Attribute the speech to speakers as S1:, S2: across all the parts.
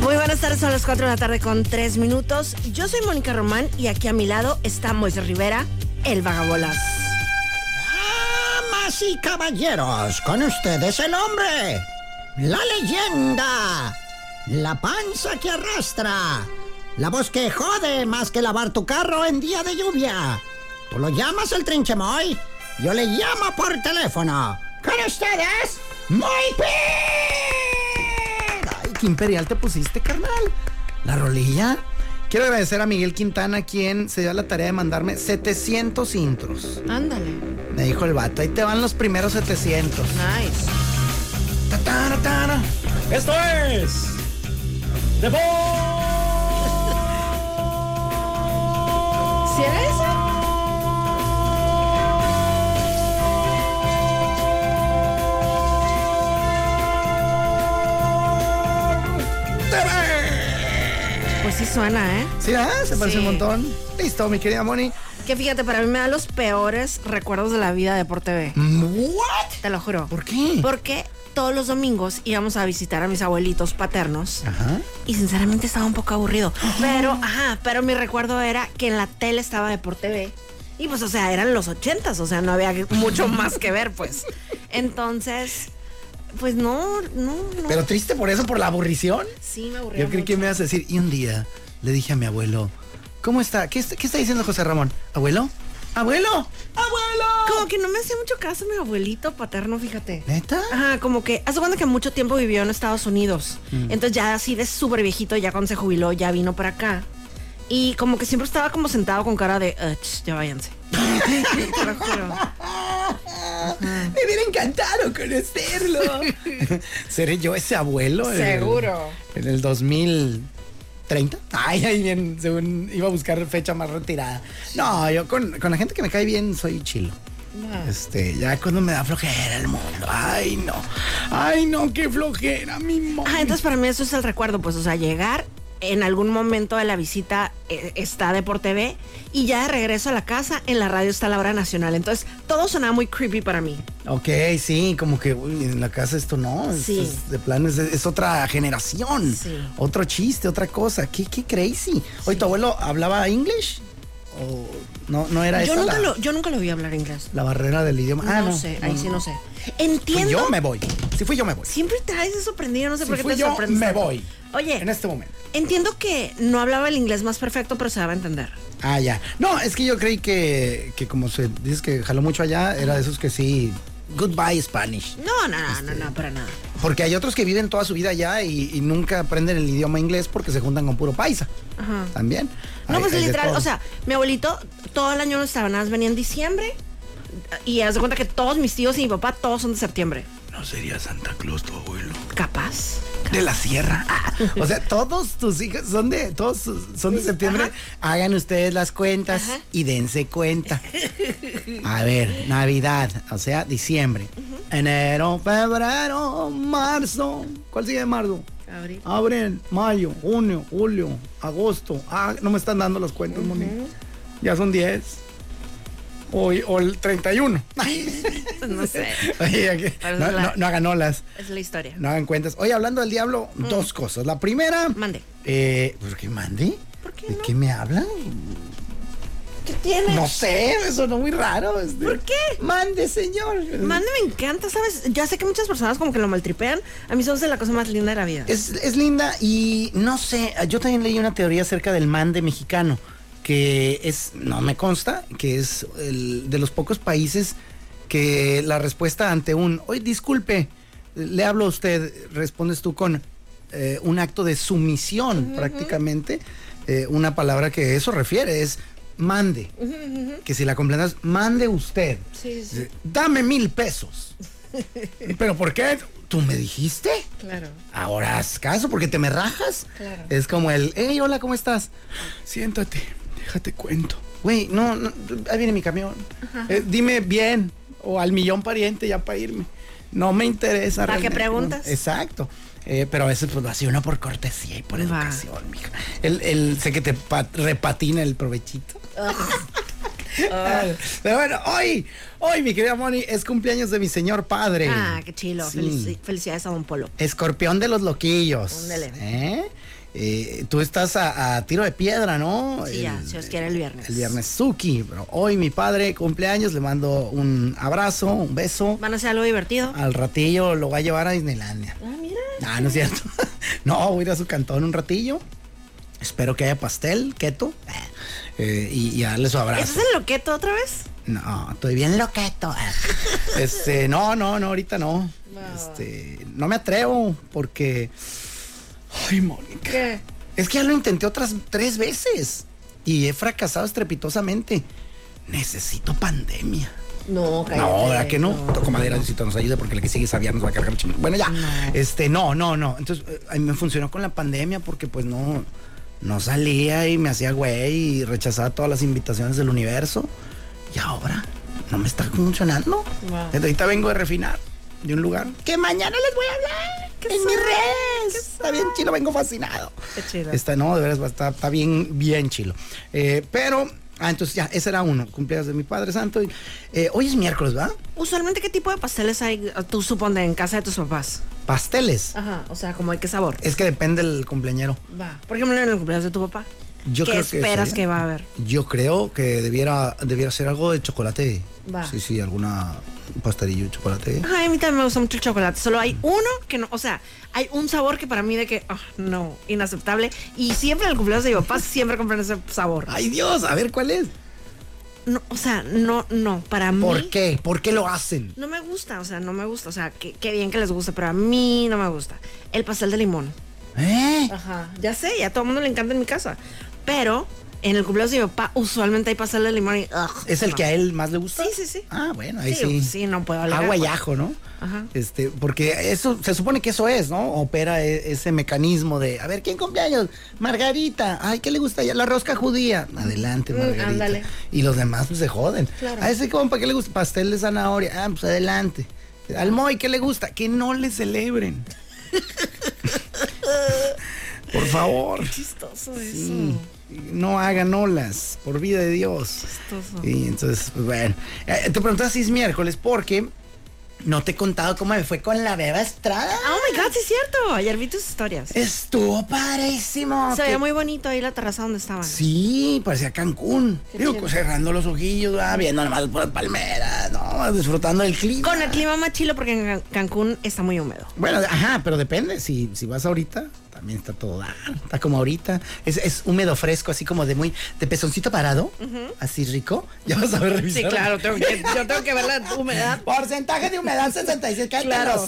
S1: Muy buenas tardes, son las 4 de la tarde con 3 minutos. Yo soy Mónica Román y aquí a mi lado está Moisés Rivera, el vagabolas.
S2: Damas y caballeros, con ustedes el hombre, la leyenda, la panza que arrastra, la voz que jode más que lavar tu carro en día de lluvia. Tú lo llamas el trinchemoy, yo le llamo por teléfono. Con ustedes, Moipid.
S3: Ay, qué imperial te pusiste, carnal. La rolilla. Quiero agradecer a Miguel Quintana, quien se dio a la tarea de mandarme 700 intros.
S1: Ándale.
S3: Me dijo el vato, ahí te van los primeros 700.
S1: Nice.
S3: Ta, ta, ra, ta, ra.
S4: Esto es The
S1: ¿Sí era eso? Pues sí suena, ¿eh?
S3: Sí, ¿verdad? Se parece
S1: Sí.
S3: un montón. Listo, mi querida Moni.
S1: Que fíjate, para mí me da los peores recuerdos de la vida de Porte B.
S3: ¿What?
S1: Te lo juro.
S3: ¿Por qué?
S1: Porque todos los domingos íbamos a visitar a mis abuelitos paternos.
S3: Ajá.
S1: Y sinceramente estaba un poco aburrido. Pero, ajá, pero mi recuerdo era que en la tele estaba Deporte B. Y pues, o sea, eran los ochentas, o sea, no había mucho más que ver, pues. Entonces, pues no, no, no.
S3: Pero triste por eso, por la aburrición.
S1: sí, me aburrió.
S3: Yo creí que
S1: mucho.
S3: me ibas a decir, y un día le dije a mi abuelo, ¿cómo está? ¿Qué, está- qué está diciendo José Ramón? ¿Abuelo? ¿Abuelo? ¡Abuelo!
S1: Como que no me hacía mucho caso mi abuelito paterno, fíjate.
S3: ¿Neta?
S1: Ajá, como que, hace cuenta que mucho tiempo vivió en Estados Unidos. Entonces ya así de súper viejito, ya cuando se jubiló, ya vino para acá. Y como que siempre estaba como sentado con cara de, "Ah, ch, ya váyanse. Te lo juro.
S3: Me hubiera encantado conocerlo. ¿Seré yo ese abuelo? en el-
S1: Seguro.
S3: En el 2030. Ay, ahí bien, según iba a buscar fecha más retirada. No, yo con, con la gente que me cae bien soy chilo. Este, ya cuando me da flojera el mundo. Ay, no. Ay, no, qué flojera, mi mundo.
S1: Ajá, Ah, entonces para mí eso es el recuerdo, pues, o sea, llegar en algún momento de la visita eh, está Deporte B y ya de regreso a la casa en la radio está la hora nacional. Entonces todo sonaba muy creepy para mí.
S3: Ok, sí, como que uy, en la casa esto no, esto
S1: Sí.
S3: es de planes, es, es otra generación,
S1: Sí.
S3: otro chiste, otra cosa, qué, qué crazy. Oye, ¿tu abuelo hablaba English? ¿O no, no era
S1: Yo
S3: esa
S1: nunca,
S3: la,
S1: lo, yo nunca lo vi hablar inglés.
S3: la barrera del idioma? ah,
S1: no,
S3: no,
S1: sé, ahí sí no sé.
S3: Fui
S1: Entiendo.
S3: yo me voy, si fui yo me voy.
S1: Siempre traes eso sorprendido, no sé
S3: Si
S1: por qué
S3: fui
S1: te
S3: yo,
S1: sorprendes
S3: me
S1: tanto.
S3: voy.
S1: Oye,
S3: En este momento.
S1: entiendo que no hablaba el inglés más perfecto, pero se daba a entender.
S3: Ah, ya. No, es que yo creí que, que como se dice que jaló mucho allá, era de esos que sí, goodbye Spanish.
S1: No, no, no, no, no, para nada.
S3: Porque Este, hay otros que viven toda su vida allá y, y nunca aprenden el idioma inglés porque se juntan con puro paisa.
S1: Ajá.
S3: También.
S1: No,
S3: Hay-
S1: pues
S3: hay de
S1: literal,
S3: todo.
S1: o sea, mi abuelito todo el año no estaba, nada más venía en diciembre. Y haz de cuenta que todos mis tíos y mi papá, todos son de septiembre.
S3: No sería Santa Claus tu abuelo.
S1: Capaz.
S3: De la sierra. Ah, o sea, todos tus hijos son de, todos sus- son de septiembre. Hagan ustedes las cuentas
S1: Ajá.
S3: y dense cuenta. A ver, Navidad, o sea, diciembre. Enero, febrero, marzo. ¿Cuál sigue de marzo?
S1: Abril.
S3: Abril, mayo, junio, julio, agosto. Ah, no me están dando las cuentas, Moni. Ya son 10. Hoy, o el 31.
S1: Pues No sé.
S3: Oye, que-
S1: Pero es
S3: no,
S1: la-
S3: no- no hagan olas.
S1: Es la historia.
S3: No hagan cuentas. Oye, hablando del diablo,
S1: Mm.
S3: dos cosas. La primera.
S1: Mande.
S3: Eh, ¿Por qué mande?
S1: ¿Por qué
S3: ¿De
S1: no?
S3: qué me hablan?
S1: ¿Qué tiene?
S3: No sé, me sonó muy raro. este.
S1: ¿Por qué?
S3: Mande, señor.
S1: Mande me encanta, ¿sabes? Ya sé que muchas personas como que lo maltripean. A mí se me hace la cosa más linda de la vida.
S3: Es, es linda y no sé, yo también leí una teoría acerca del mande mexicano, que es, no me consta, que es el, de los pocos países que la respuesta ante un, oye, disculpe, le hablo a usted, respondes tú con eh, un acto de sumisión prácticamente, eh, una palabra que eso refiere, es mande, que si la completas, mande usted,
S1: Sí, sí.
S3: dame mil pesos. ¿Pero por qué? ¿Tú me dijiste?
S1: Claro.
S3: Ahora haz caso porque te me rajas.
S1: Claro.
S3: Es como el, hey, hola, ¿cómo estás? Siéntate, déjate cuento. Güey, no, no, ahí viene mi camión. Eh, dime bien o al millón pariente ya para irme. No me interesa.
S1: ¿Para qué
S3: realmente.
S1: preguntas?
S3: Exacto. Eh, pero a veces pues lo hace uno por cortesía y por
S1: Va.
S3: educación, mija. El, el- sé que te pa- repatina el provechito.
S1: Ah.
S3: Ah. Pero bueno, hoy, hoy, mi querida Moni, es cumpleaños de mi señor padre.
S1: Ah, qué chilo.
S3: Sí.
S1: Felici- Felicidades a Don Polo.
S3: Escorpión de los loquillos.
S1: Ándale.
S3: ¿Eh? Eh, tú estás a, a tiro de piedra, ¿no?
S1: Sí, ya, si Dios quiere, el viernes.
S3: El viernes Suki, pero hoy mi padre cumpleaños, le mando un abrazo, un beso.
S1: ¿Van a hacer algo divertido?
S3: Al ratillo lo va a llevar a Disneylandia.
S1: Ah, mira.
S3: Ah, no es cierto. No, voy a ir a su cantón un ratillo. Espero que haya pastel, keto. eh, y, y darle su abrazo.
S1: ¿Estás en loqueto otra vez?
S3: No, estoy bien loqueto. Este, no, no, no, ahorita no. Este, no me atrevo porque. Ay, Mónica.
S1: ¿Qué?
S3: Es que ya lo intenté otras tres veces y he fracasado estrepitosamente. Necesito pandemia.
S1: No,
S3: No, ¿verdad que no? Toco madera, Diosito nos ayuda porque la que sigue sabía nos va a cargar chingón. Bueno, ya. Este, no, no, no. Entonces, eh, a mí me funcionó con la pandemia porque pues no, no salía y me hacía güey y rechazaba todas las invitaciones del universo. Y ahora no me está funcionando. Entonces, ahorita vengo de refinar de un lugar que mañana les voy a hablar en mis redes. Está bien chilo, vengo fascinado.
S1: Qué chido.
S3: Está, no, de veras, va, está, está bien, bien chilo. Eh, pero, ah, entonces ya, ese era uno, cumpleaños de mi Padre Santo. Y, eh, hoy es miércoles, ¿verdad?
S1: Usualmente, ¿qué tipo de pasteles hay, ah, tú supones, en casa de tus papás?
S3: Pasteles.
S1: Ajá, o sea, como de qué sabor.
S3: Es que depende del cumpleañero.
S1: Va. Por ejemplo, en el cumpleaños de tu papá.
S3: Yo
S1: ¿Qué
S3: creo que
S1: esperas
S3: sería-
S1: que va a haber?
S3: Yo creo que debiera, debiera ser algo de chocolate.
S1: Va.
S3: Sí, sí, alguna pastelillo de chocolate.
S1: Ay, a mí también me gusta mucho el chocolate. Solo hay uno que no, o sea, hay un sabor que para mí de que, ah, no, inaceptable. Y siempre en el cumpleaños de mi papá siempre compran ese sabor.
S3: Ay, Dios, a ver cuál es.
S1: No, o sea, no, no, para mí.
S3: ¿Por qué? ¿Por qué lo hacen?
S1: No me gusta, o sea, no me gusta. O sea, qué, qué bien que les gusta, pero a mí no me gusta. El pastel de limón.
S3: ¿Eh?
S1: Ajá. Ya sé, ya a todo el mundo le encanta en mi casa. Pero en el cumpleaños de mi papá usualmente hay pastel de limón y. ugh,
S3: ¿Es el
S1: no.
S3: que a él más le gusta?
S1: Sí, sí, sí.
S3: Ah, bueno, ahí
S1: Sí,
S3: sí.
S1: sí, no puedo alegar,
S3: Agua y
S1: pues.
S3: ajo, ¿no?
S1: Ajá.
S3: Este, porque eso, se supone que eso es, ¿no? Opera e- ese mecanismo de, a ver, ¿quién cumpleaños? Margarita. Ay, ¿qué le gusta ya? La rosca judía. Adelante,
S1: Mm,
S3: Margarita.
S1: ándale.
S3: Y los demás pues, se joden.
S1: Claro.
S3: A ese compa, ¿qué le gusta? Pastel de zanahoria. Ah, pues adelante.
S1: Ah.
S3: Al Moy, ¿qué le gusta? Que no le celebren. Por favor.
S1: Chistoso eso.
S3: Sí. No hagan olas, por vida de Dios.
S1: Chistoso.
S3: Y entonces, pues, bueno. Eh, te preguntaba si es miércoles porque no te he contado cómo me fue con la beba Estrada.
S1: Oh my god, sí es cierto. Ayer vi tus historias.
S3: Estuvo padrísimo.
S1: Se
S3: Que-
S1: veía muy bonito ahí la terraza donde estaban.
S3: Sí, parecía Cancún.
S1: Qué
S3: Digo,
S1: chido.
S3: cerrando los ojillos, ¿verdad? viendo nomás por las palmeras, ¿no? disfrutando del clima.
S1: Con el clima más chilo porque en Can- Cancún está muy húmedo.
S3: Bueno, ajá, pero depende. Si, si vas ahorita, también está todo dar. Está como ahorita. Es, es húmedo fresco, así como de muy. de pezoncito parado, así rico. Ya vas a ver revisar.
S1: tengo que, yo tengo que ver la humedad.
S3: Porcentaje de humedad 66. Claro.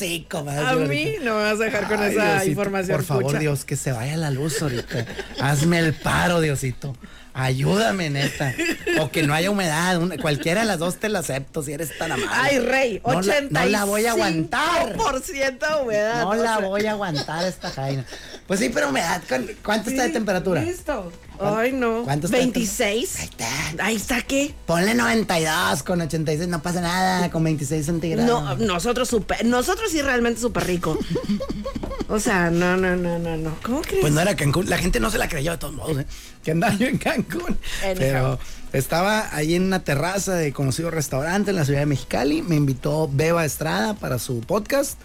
S1: A mí no me vas a dejar con
S3: Ah, Ay,
S1: esa
S3: Diosito,
S1: información.
S3: Por favor,
S1: pucha.
S3: Dios, que se vaya la luz ahorita. Hazme el paro, Diosito. Ayúdame, neta. O que no haya humedad. una- cualquiera de las dos te la acepto si eres tan amable.
S1: Ay, rey,
S3: No
S1: 85%
S3: la- No la voy a aguantar.
S1: Por ciento de humedad.
S3: No
S1: o
S3: la
S1: sea,
S3: voy a aguantar esta jaina. Pues sí, pero humedad. ¿cu- ¿Cuánto está de temperatura?
S1: Listo. Ay, no.
S3: ¿Cuánto está de
S1: ¿26?
S3: Ahí está.
S1: Ahí está, ¿qué?
S3: Ponle 92 con 86, no pasa nada, con 26 centígrados.
S1: No, nosotros super, nosotros sí realmente súper rico. O sea, no, no, no, no, no. ¿Cómo crees?
S3: Pues no era Cancún, la gente no se la creyó de todos modos, ¿eh? que andaba yo en Cancún.
S1: Anyhow.
S3: Pero estaba ahí en una terraza de conocido restaurante en la ciudad de Mexicali, me invitó Beba Estrada para su podcast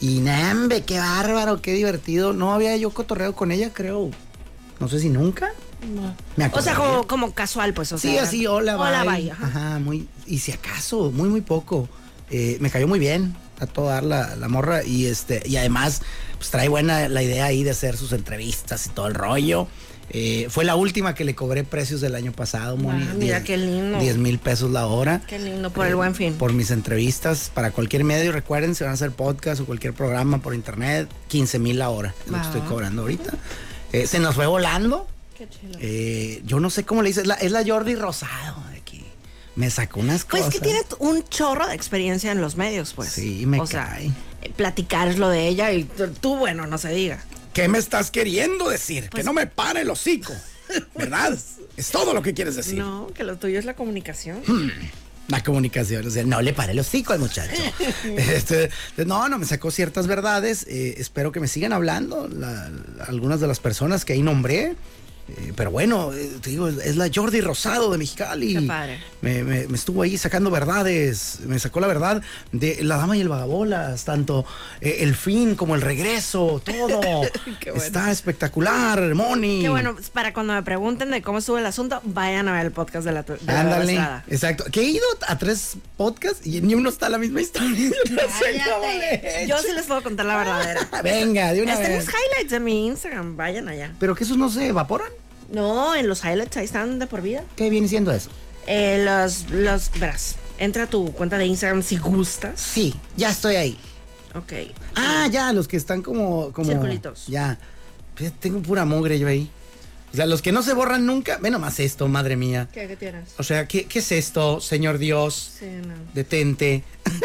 S3: y nambe, qué bárbaro, qué divertido. No había yo cotorreo con ella, creo, no sé si nunca. Me
S1: o sea,
S3: acordaría.
S1: como, como casual, pues. O sea,
S3: Sí, así, hola,
S1: Hola,
S3: bye.
S1: bye.
S3: Ajá.
S1: ajá.
S3: muy, y si acaso, muy, muy poco. Eh, me cayó muy bien a todo dar la, la morra y este, y además, pues trae buena la idea ahí de hacer sus entrevistas y todo el rollo. Eh, fue la última que le cobré precios del año pasado, Moni.
S1: Ah, mira qué lindo.
S3: 10 mil pesos la hora.
S1: Qué lindo, por el buen fin.
S3: Por mis entrevistas, para cualquier medio, recuerden, si van a hacer podcast o cualquier programa por internet, 15 mil la hora. es Lo que
S1: Va.
S3: estoy cobrando ahorita. Eh, se nos fue volando.
S1: Qué chilo.
S3: Eh, yo no sé cómo le dice, es la, es la Jordi Rosado de aquí. Me sacó unas
S1: Pues
S3: cosas.
S1: que tiene un chorro de experiencia en los medios, pues.
S3: Sí, me
S1: o sea,
S3: cae.
S1: platicar es lo de ella y tú, tú, bueno, no se diga.
S5: ¿Qué me estás queriendo decir?
S1: Pues-
S5: que no me pare el hocico. ¿Verdad? Es todo lo que quieres decir.
S1: No, que lo tuyo es la comunicación.
S3: Mm. La comunicación, o sea, no le pare el hocico al muchacho. Este, no, no, me sacó ciertas verdades. eh, espero que me sigan hablando la- algunas de las personas que ahí nombré. eh, pero bueno, eh, te digo, es la Jordi Rosado de Mexicali.
S1: Qué padre.
S3: Me, me- me estuvo ahí sacando verdades. Me sacó la verdad de La Dama y el Vagabolas, tanto eh, el fin como el regreso, todo.
S1: Qué bueno.
S3: Está espectacular, Moni.
S1: Que bueno, pues, para cuando me pregunten de cómo estuvo el asunto, vayan a ver el podcast de la, tu- de la
S3: Ándale,
S1: Estrada.
S3: exacto. Que he ido a tres podcasts y ni uno está la misma historia. Yo no sé cómo le he
S1: Yo Este
S3: hecho. Ah,
S1: sí les puedo contar la verdadera.
S3: Venga, de una
S1: Están
S3: vez.
S1: los highlights de mi Instagram, vayan allá.
S3: Pero que esos no se evaporan.
S1: No, en los highlights ahí están de por vida.
S3: ¿Qué viene siendo eso?
S1: Eh, los, los, verás, entra a tu cuenta de Instagram si gustas.
S3: Sí, ya estoy ahí.
S1: Ok.
S3: Ah, ya, los que están como. como
S1: Circulitos.
S3: Ya. Pues tengo pura mugre yo ahí. O sea, los que no se borran nunca. Ve nomás esto, madre mía.
S1: ¿Qué, qué tienes?
S3: O sea, ¿qué, qué es esto, señor Dios?
S1: Sí, no.
S3: Detente.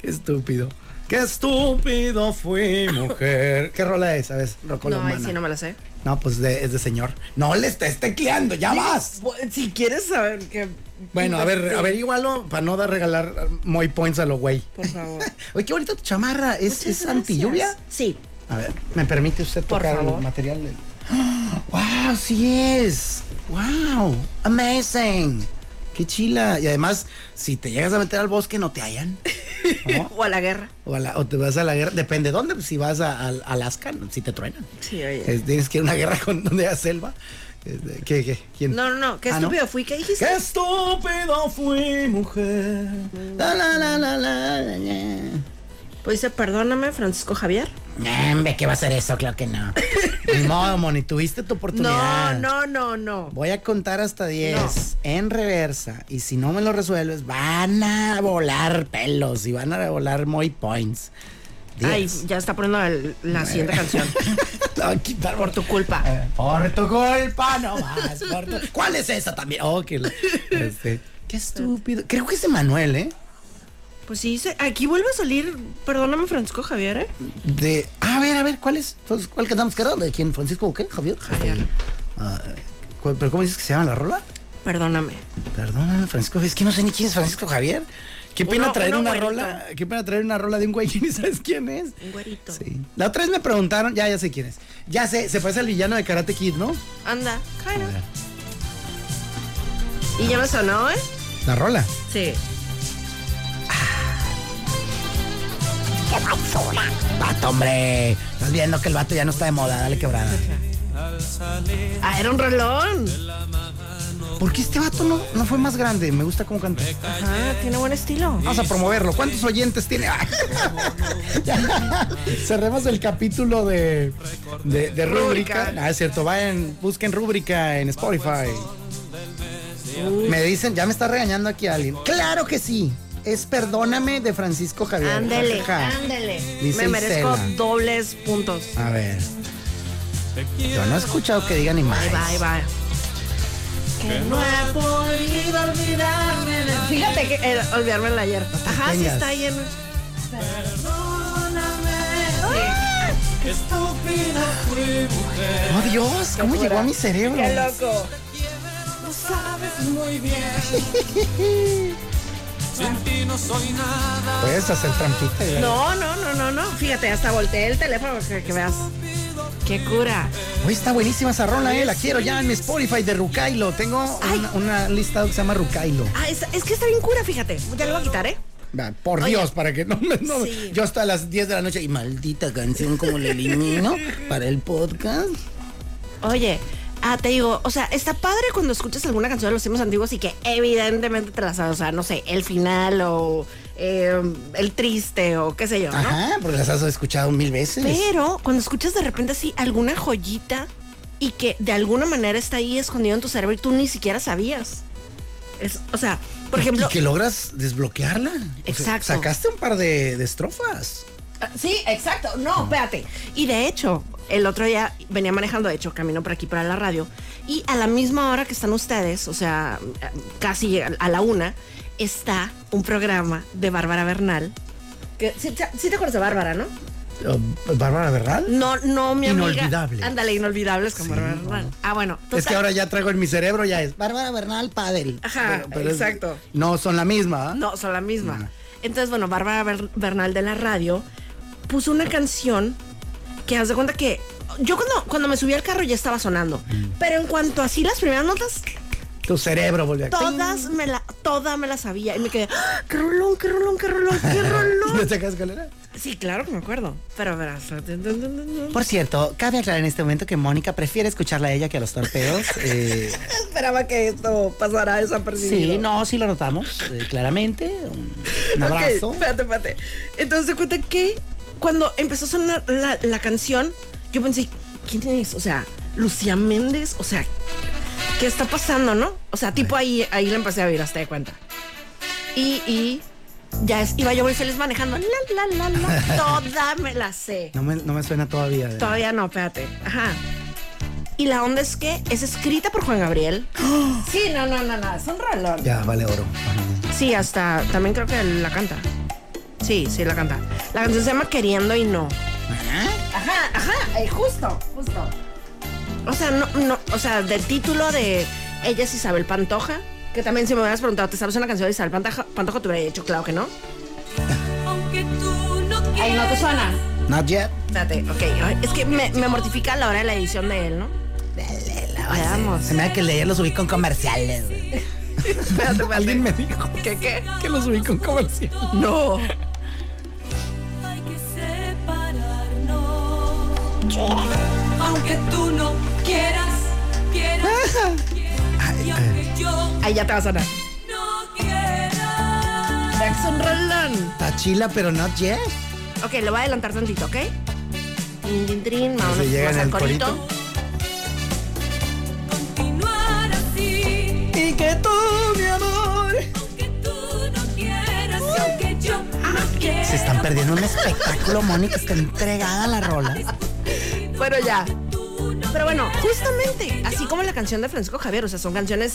S3: qué estúpido. Qué estúpido fui, mujer. ¿Qué rola es? A ver,
S1: No,
S3: Rocolomana.
S1: ahí sí no me la sé.
S3: No, pues de- es de señor. No le estés tecleando, ya vas.
S1: Bu- Si quieres saber que.
S3: Bueno, a ver, averígualo para no dar regalar muy points a los güey.
S1: Por favor.
S3: Oye, qué bonita tu chamarra. ¿Es,
S1: Muchas
S3: es
S1: gracias.
S3: anti lluvia?
S1: Sí.
S3: A ver, ¿me permite usted
S1: Por
S3: tocar
S1: favor.
S3: el material? del- ¡Wow! Sí es. ¡Wow! ¡Amazing! ¡Qué chila! Y además, si te llegas a meter al bosque, no te hallan. ¿No?
S1: O a la guerra.
S3: O, a la- o te vas a la guerra. Depende de dónde. Si vas a, al- Alaska, si te truenan.
S1: Sí, oye.
S3: Es- tienes que ir a una guerra con donde haya selva. Este, ¿Qué, qué? ¿Quién?
S1: No, no, no. Qué
S3: Ah,
S1: estúpido fui. ¿Qué dijiste?
S3: Qué estúpido fui, mujer. La, la, la, la, la, la, la.
S1: Pues dice, perdóname, Francisco Javier.
S3: Nah, Hombre, ¿qué va a ser eso? Claro que no. Ni modo, Moni, tuviste tu
S1: No,
S3: oportunidad.
S1: no, no, no.
S3: Voy a contar hasta 10 en reversa y si no me lo resuelves van a volar pelos y van a volar muy points.
S1: Ay,
S3: 10.
S1: ya está poniendo el- la siguiente canción.
S3: Te voy a quitar
S1: Por tu culpa.
S3: Eh, Por tu culpa nomás. Por tu- ¿Cuál es esa también? Oh, que la- este, Qué estúpido. Creo que es de Manuel, ¿eh?
S1: Pues sí, se- aquí vuelve a salir, perdóname, Francisco Javier, ¿eh?
S3: De. A ver, a ver, ¿cuál es? Entonces, ¿Cuál cantamos que era? ¿De quién? ¿Francisco o qué? ¿Javier?
S1: Javier.
S3: Ah, ¿cu- ¿Pero cómo dices que se llama la rola?
S1: Perdóname.
S3: Perdóname, Francisco. Es que no sé ni quién es Francisco Javier. Qué pena
S1: Uno-
S3: traer
S1: uno
S3: una
S1: güerito.
S3: rola. Qué pena traer una rola de un güey que ni sabes quién es.
S1: Un güerito.
S3: Sí. La otra vez me preguntaron, ya, ya sé quién es. Ya sé, se parece al villano de Karate Kid, ¿no?
S1: Anda, Jairo. Y ya me sonó, ¿eh?
S3: La rola.
S1: Sí.
S3: Vato, hombre. Estás viendo que el vato ya no está de moda, dale quebrada.
S1: Ah, era un rolón.
S3: ¿Por qué este vato no, no fue más grande? Me gusta cómo canta.
S1: Ajá, tiene buen estilo.
S3: Vamos a promoverlo. ¿Cuántos oyentes tiene? Ya. Cerremos el capítulo de, de, de rúbrica. Ah, es cierto, vayan, busquen rúbrica en Spotify. Me dicen, ya me está regañando aquí alguien. Claro que sí. Es Perdóname de Francisco Javier.
S1: Ándele,
S3: Ja, ja, ja.
S1: ándele.
S3: Dice
S1: Me merezco
S3: Isela.
S1: dobles puntos.
S3: A ver. Yo no he escuchado que digan ni más.
S1: Ahí va, ahí va. Que no he podido olvidarme de Fíjate que eh, olvidarme de ayer. Ajá, sí
S3: tengas.
S1: está lleno.
S3: Oh Dios, ¿cómo llegó a mi cerebro?
S1: Qué loco.
S3: Puedes hacer trampita. ¿eh? ya.
S1: No, no, no, no, no. Fíjate, hasta volteé el teléfono para que, que veas. Qué cura.
S3: Oye, está buenísima esa rola, eh. La quiero ya en mi Spotify de Rucailo. Tengo
S1: Ay.
S3: una, una lista que se llama Rucailo.
S1: Ah, es, es que está bien cura, fíjate. Ya lo voy a quitar, ¿eh?
S3: Va, Por
S1: Oye.
S3: Dios, para que no me. no-
S1: Sí.
S3: Yo hasta las 10 de la noche. Y maldita canción, como la elimino para el podcast.
S1: Oye, ah, te digo, o sea, está padre cuando escuchas alguna canción de los temas antiguos y que evidentemente te la sabes, o sea, no sé, el final o eh, el triste o qué sé yo, ¿no?
S3: Ajá, porque las has escuchado mil veces.
S1: Pero cuando escuchas de repente así alguna joyita y que de alguna manera está ahí escondido en tu cerebro y tú ni siquiera sabías. Es, o sea, por ejemplo,
S3: Y que logras desbloquearla. O sea,
S1: Exacto.
S3: sacaste un par de, de estrofas.
S1: Ah, Sí, exacto. No, espérate. Y de hecho, el otro día venía manejando, de hecho, camino por aquí para la radio. Y a la misma hora que están ustedes, o sea, casi a la una, está un programa de Bárbara Bernal que. Sí, te- sí te acuerdas de Bárbara, ¿no?
S3: Oh, Bárbara Berral.
S1: No, no, mi amiga.
S3: Inolvidable.
S1: Ándale, inolvidables como Bárbara Bernal. Ah, bueno.
S3: Es que
S1: total-
S3: ahora ya traigo en mi cerebro, ya es.
S2: Bárbara Bernal Padel.
S1: Ajá,
S3: es-
S1: exacto.
S3: no son la misma. ¿ah?
S1: No, son la misma. Entonces, bueno, Bárbara Ber- Bernal de la radio puso una canción que haz de cuenta que yo cuando, cuando me subí al carro ya estaba sonando. Pero en cuanto así las primeras notas,
S3: Tu cerebro volvió a
S1: todas me la, toda me la sabía. Y me quedé, ¡Ah! qué rolón, qué rolón, qué rolón, qué
S3: ¿No
S1: rolón.
S3: te acuerdas cuál era?
S1: sí, claro que me acuerdo. Pero verás.
S3: Por cierto, cabe aclarar en este momento que Mónica prefiere escucharla a ella que a los torpedos. eh,
S1: Esperaba que esto pasara desapercibido.
S3: sí, no, sí lo notamos, eh, claramente. Un, un
S1: Ok,
S3: abrazo.
S1: espérate, espérate. Entonces se cuenta que cuando empezó a sonar la, la canción, yo pensé, ¿quién es? O sea, Lucía Méndez, o sea, ¿qué está pasando, no? O sea, tipo ahí, ahí la empecé a ver, hasta de cuenta. Y, y ya es, iba yo muy feliz manejando. La, la, la, la, toda me la sé.
S3: No, me, no me suena todavía. ¿eh? ¿verdad?
S1: Todavía no, espérate. Ajá. Y la onda es que es escrita por Juan Gabriel. Sí, no, no, no, no. Es un rolón.
S3: Ya, vale oro.
S1: Sí, hasta también creo que la canta. Sí, sí, la canta. La canción se llama Queriendo y No.
S3: ¿Ah?
S1: Ajá, ajá, eh, justo, justo. O sea, no, no, o sea, del título de Ella es Isabel Pantoja, que también si me hubieras preguntado, ¿te sabes una canción de Isabel Pantoja? Pantoja te hubiera dicho, claro que no.
S6: Aunque tú no
S1: Ay, no te suena.
S3: Not yet.
S1: Espérate, ok. ay, Es que me, me mortifica a la hora de la edición de él, ¿no? Veamos.
S3: Se me da que leer los subí con comerciales. güey. Alguien me dijo
S1: ¿Qué, qué?
S3: que los subí con comerciales.
S1: No.
S6: hay que separarnos. Aunque tú no quieras, quieras, quieras, y aunque yo
S1: Ahí ya te va a sonar.
S6: no quiera.
S1: Jackson Roland.
S3: Tachila, pero not yet.
S1: Ok, lo voy a adelantar tantito, ¿ok? Tin, tin, tin, vámonos
S3: llega
S1: más
S3: en
S1: al
S3: el
S1: corito.
S3: corito.
S6: Continuar así,
S3: Y que tú, mi amor.
S6: aunque tú no quieras, y aunque yo no quiera.
S3: Se están perdiendo un espectáculo, Mónica. Está entregada la rola.
S1: Bueno, ya. Pero bueno, justamente, así como la canción de Francisco Javier, o sea, son canciones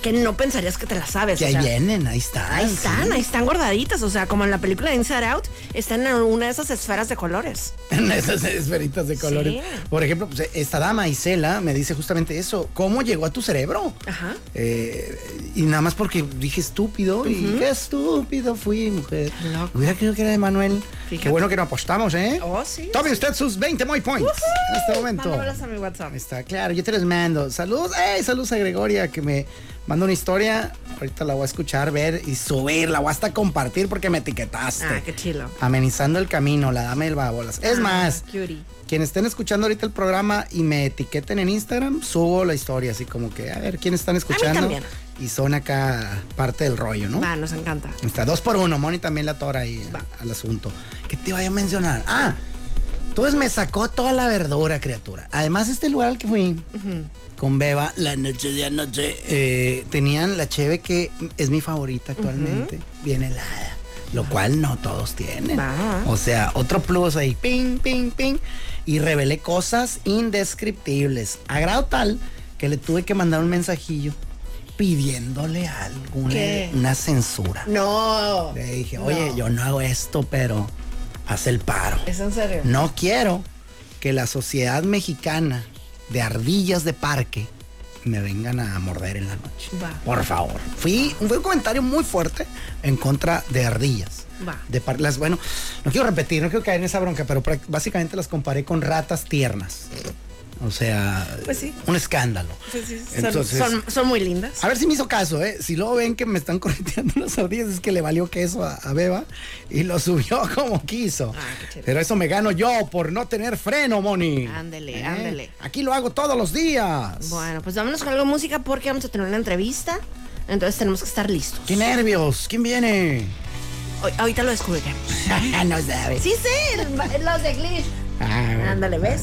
S1: que no pensarías que te las sabes.
S3: Que
S1: o
S3: ahí
S1: sea,
S3: vienen, ahí están.
S1: ahí están, ahí están guardaditas, o sea, como en la película de Inside Out, están en una de esas esferas de colores.
S3: En esas esferitas de colores.
S1: Sí.
S3: Por ejemplo, pues, esta dama, Isela, me dice justamente eso. ¿Cómo llegó a tu cerebro?
S1: Ajá.
S3: Eh, y nada más porque dije estúpido y qué estúpido fui, mujer.
S1: Loco.
S3: Hubiera creído que era de Manuel.
S1: Fíjate.
S3: Qué bueno que no apostamos, ¿eh?
S1: Oh, sí.
S3: Tome usted sus 20 muy points en este momento.
S1: Mándamelas a mi WhatsApp.
S3: Está claro, yo te los mando. Saludos, ¡Ey! saludos a Gregoria que me manda una historia. Ahorita la voy a escuchar, ver y subir. La voy hasta compartir porque me etiquetaste.
S1: Ah, qué chilo.
S3: Amenizando el camino, la dame del babolas. Es
S1: Ah,
S3: más,
S1: cutie.
S3: quienes estén escuchando ahorita el programa y me etiqueten en Instagram, subo la historia así como que a ver quiénes están escuchando.
S1: también.
S3: Y son acá parte del rollo, ¿no?
S1: Va, nos encanta.
S3: Está dos por uno. Moni también la tora ahí
S1: Va.
S3: al asunto. ¿Qué te iba yo a mencionar? Ah, entonces me sacó toda la verdura, criatura. Además, este lugar al que fui con Beba, la noche de anoche, eh, tenían la cheve que es mi favorita actualmente, bien helada. Lo cual no todos tienen.
S1: Va.
S3: O sea, otro plus ahí, ping, ping, ping. Y revelé cosas indescriptibles. A grado tal que le tuve que mandar un mensajillo pidiéndole alguna
S1: ¿Qué?
S3: una censura.
S1: No.
S3: Le dije, oye, yo no hago esto, pero haz el paro.
S1: ¿Es en serio?
S3: No quiero que la sociedad mexicana de ardillas de parque me vengan a morder en la noche.
S1: Va.
S3: Por favor. Fui, fue un comentario muy fuerte en contra de ardillas.
S1: Va.
S3: De par- las, bueno, no quiero repetir, no quiero caer en esa bronca, pero prac- básicamente las comparé con ratas tiernas. O sea,
S1: Pues sí.
S3: un escándalo.
S1: Sí, sí, son,
S3: Entonces-
S1: son, son muy lindas.
S3: A ver si me hizo caso, ¿eh? Si luego ven que me están correteando las ardillas, es que le valió queso a, a Beba y lo subió como quiso.
S1: Ah, qué chévere.
S3: Pero eso me gano yo por no tener freno, Moni. ¿Eh?
S1: Ándele, ándele.
S3: Aquí lo hago todos los días.
S1: Bueno, pues vámonos con algo de música porque vamos a tener una entrevista. Entonces tenemos que estar listos.
S3: ¡Qué nervios! ¿Quién viene?
S1: Hoy- ahorita lo descubriremos.
S3: no sabes.
S1: Sí, sí, los de Glitch. Ándale, ¿ves?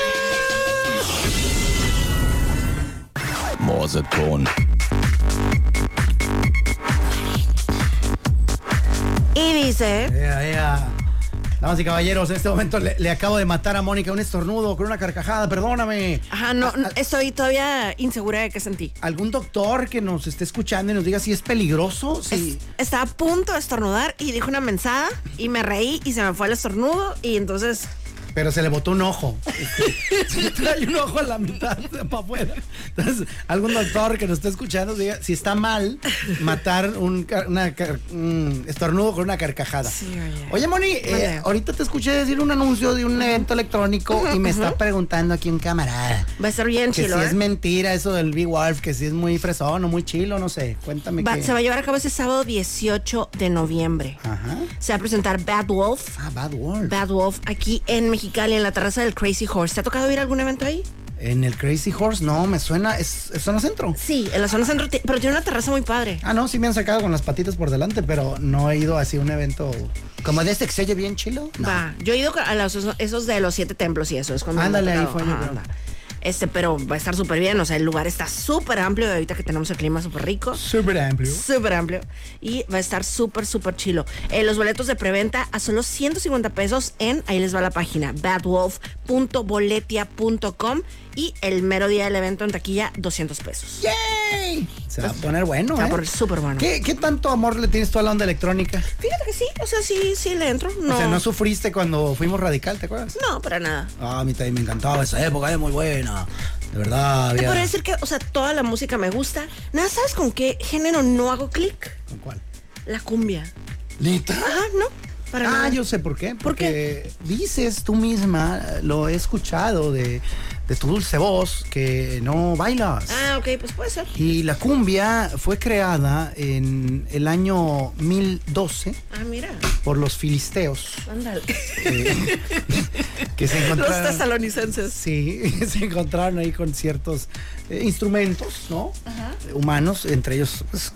S7: Morseton.
S1: Y dice.
S3: Ea, ea. Damas y caballeros, en este momento le, le acabo de matar a Mónica un estornudo con una carcajada, perdóname.
S1: Ajá, no, no, estoy todavía insegura de qué sentí.
S3: ¿Algún doctor que nos esté escuchando y nos diga si es peligroso? Si...
S1: Estaba a punto de estornudar y dijo una mensada y me reí y se me fue el estornudo y entonces
S3: Pero se le botó un ojo. Este, trae un ojo a la mitad para afuera. Entonces, algún doctor que nos esté escuchando diga si está mal matar un, car- una car- un estornudo con una carcajada.
S1: oye.
S3: Moni, eh, ahorita te escuché decir un anuncio de un evento electrónico y me está preguntando aquí un camarada.
S1: va a estar bien
S3: Que si
S1: chilo. ¿eh?
S3: es mentira eso del B-Wolf, que si es muy fresón o muy chilo, no sé. Cuéntame
S1: Va-
S3: qué.
S1: se va a llevar a cabo este sábado 18 de noviembre.
S3: Ajá.
S1: Se va a presentar Bad Wolf.
S3: Ah, Bad Wolf.
S1: Bad Wolf aquí en Mexicali, en la terraza del Crazy Horse. ¿Te ha tocado ir a algún evento ahí?
S3: En el Crazy Horse, no, me suena. ¿Es, es zona centro?
S1: Sí, en la zona centro, ti- pero tiene una terraza muy padre.
S3: Ah, no, sí me han sacado con las patitas por delante, pero no he ido así a un evento como de este que se oye bien chilo. No.
S1: Va, yo he ido a los, esos de los siete templos y eso, es cuando me
S3: Ándale,
S1: ha
S3: ahí
S1: tocado.
S3: fue yo
S1: Ajá,
S3: creo.
S1: va. Este, pero va a estar súper bien, o sea, el lugar está súper amplio, y ahorita que tenemos el clima súper rico.
S3: Súper amplio.
S1: Súper amplio. Y va a estar súper, súper chilo. Eh, los boletos de preventa a solo 150 pesos en, ahí les va la página, badwolf.boletia.com y el mero día del evento en taquilla, 200 pesos.
S3: ¡Yay! Se va
S1: Pues,
S3: a poner bueno,
S1: Se va a
S3: ¿eh?
S1: poner súper bueno.
S3: ¿Qué, qué tanto amor le tienes tú a la onda electrónica?
S1: Fíjate que sí, o sea, sí, sí le entro. No,
S3: O sea, no sufriste cuando fuimos radical, ¿te acuerdas?
S1: no, para nada.
S3: Ah, a mí también me encantaba esa época, es muy buena. De verdad,
S1: Te
S3: había...
S1: podría decir que, o sea, toda la música me gusta. Nada, ¿sabes con qué género no hago clic?
S3: ¿Con cuál?
S1: La cumbia.
S3: ¿Neta?
S1: Ajá, no. Para
S3: ah,
S1: nada.
S3: yo sé por qué. Porque
S1: ¿Por qué?
S3: dices tú misma, lo he escuchado de, de tu dulce voz, que no bailas.
S1: Ah, ok, pues puede ser.
S3: Y la cumbia fue creada en el año 1012
S1: Ah, mira.
S3: por los filisteos,
S1: Ándale.
S3: que se
S1: Los
S3: encontraron,
S1: tesalonicenses.
S3: sí, se encontraron ahí con ciertos eh, instrumentos, ¿no? Humanos, entre ellos pues,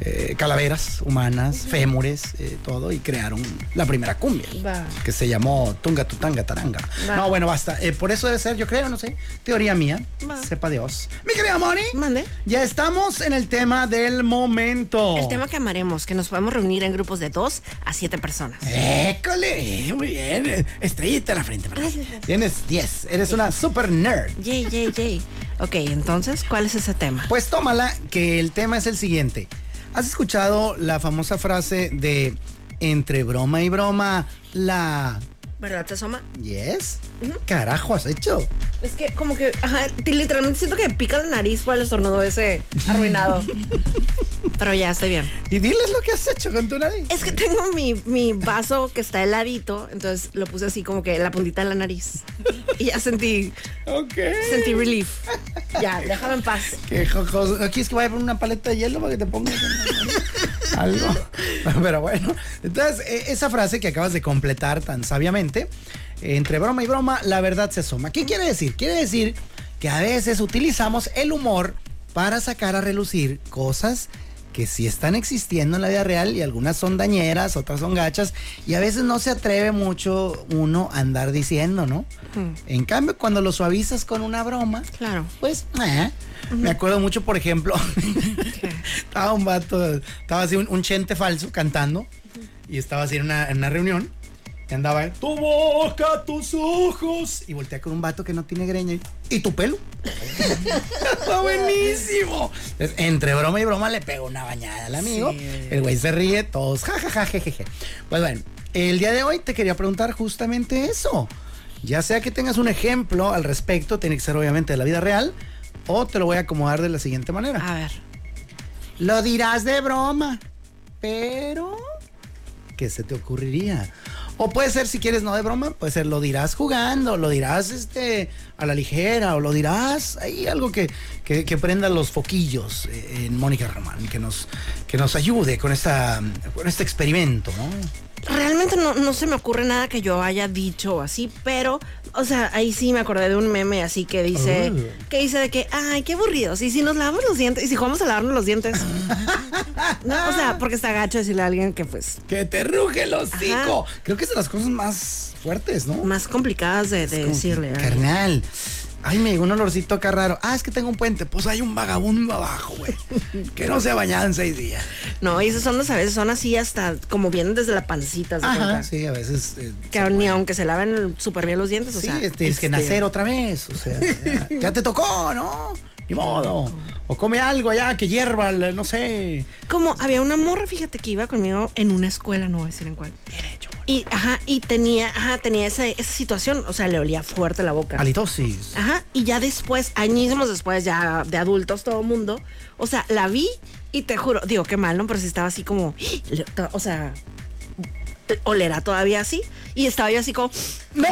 S3: eh, calaveras humanas, fémures, eh, todo, y crearon la primera cumbia.
S1: Va.
S3: Que se llamó Tunga Tutanga Taranga.
S1: Va.
S3: No, bueno, basta. Eh, por eso debe ser, yo creo, no sé, teoría mía.
S1: Va.
S3: Sepa Dios. Mi querida Moni,
S1: Mande.
S3: ya estamos en el tema del momento.
S1: El tema que amaremos, que nos podemos reunir en grupos de dos a siete personas.
S3: Eh. ¡École! eh, Muy bien. Estrellita en la frente. ¿verdad? Tienes 10. Eres una super nerd.
S1: Yay, yay, yay. Ok, entonces, ¿cuál es ese tema?
S3: Pues tómala, que el tema es el siguiente. ¿Has escuchado la famosa frase de entre broma y broma, la...
S1: ¿Verdad, te asoma?
S3: ¿Yes? Carajo, has hecho.
S1: Es que como que, ajá, te- literalmente siento que me pica la nariz por el estornudo ese arruinado. Pero ya, estoy bien.
S3: Y diles lo que has hecho con tu nariz.
S1: Es que tengo mi, mi vaso que está heladito, entonces lo puse así como que en la puntita de la nariz. Y ya sentí,
S3: Ok.
S1: sentí relief. Ya, déjame en paz.
S3: Qué jocoso. ¿No ¿Quieres que vaya a poner una paleta de hielo para que te pongas algo? Pero bueno, entonces e- esa frase que acabas de completar tan sabiamente, entre broma y broma, la verdad se asoma. ¿Qué quiere decir? Quiere decir que a veces utilizamos el humor para sacar a relucir cosas que sí están existiendo en la vida real y algunas son dañeras, otras son gachas y a veces no se atreve mucho uno a andar diciendo, ¿no?
S1: Mm,
S3: En cambio, cuando lo suavizas con una broma,
S1: Claro.
S3: pues, eh. me acuerdo mucho, por ejemplo, estaba un vato, estaba así un, un chente falso cantando y estaba así en una, en una reunión y andaba, eh,
S4: Tu boca, tus ojos.
S3: y voltea con un vato que no tiene greña y, ¿y tu pelo. Está buenísimo. Entonces, entre broma y broma le pegó una bañada al amigo.
S1: Sí.
S3: El güey se ríe, todos jajaja, jejeje. Pues bueno, el día de hoy te quería preguntar justamente eso. Ya sea que tengas un ejemplo al respecto, tiene que ser obviamente de la vida real, o te lo voy a acomodar de la siguiente manera.
S1: A ver.
S3: Lo dirás de broma, pero ¿qué se te ocurriría? O puede ser, si quieres, no de broma, puede ser, lo dirás jugando, lo dirás este, a la ligera o lo dirás. Hay algo que, que, que prenda los foquillos eh, en Mónica Román, que nos, que nos ayude con, esta, con este experimento, ¿no?
S1: Realmente no, no se me ocurre nada que yo haya dicho así, pero, o sea, ahí sí me acordé de un meme así que dice, que dice de que, ay, qué aburridos, y si nos lavamos los dientes, y si jugamos a lavarnos los dientes. No, o sea, porque está gacho decirle a alguien que pues...
S5: Que te ruge el hocico.
S3: Creo que es de las cosas más fuertes, ¿no?
S1: Más complicadas de, de decirle. ¿eh?
S3: Carnal. Ay, me llegó un olorcito acá raro. Ah, es que tengo un puente. Pues hay un vagabundo abajo, güey. Que no se ha bañado en seis días.
S1: No, y esas ondas a veces son así hasta como vienen desde la pancita. ¿se cuenta?
S3: Sí, a veces. eh,
S1: Que ni aunque se laven súper bien los dientes, o
S3: sí,
S1: sea...
S3: eh, tienes que
S1: este,
S3: nacer otra vez. O sea, ya, ya te tocó, ¿no? Ni modo. O come algo allá que hierva, la- no sé.
S1: Como había una morra, fíjate que iba conmigo en una escuela, no voy a decir en cuál. Y, ajá, y tenía, ajá, tenía esa, esa situación, o sea, le olía fuerte la boca.
S3: Halitosis.
S1: Ajá, y ya después, añísimos después, ya de adultos, todo mundo, o sea, la vi y te juro, digo, qué mal, ¿no? Pero sí estaba así como, le- to- o sea, te- olerá todavía así. Y estaba yo así como, me-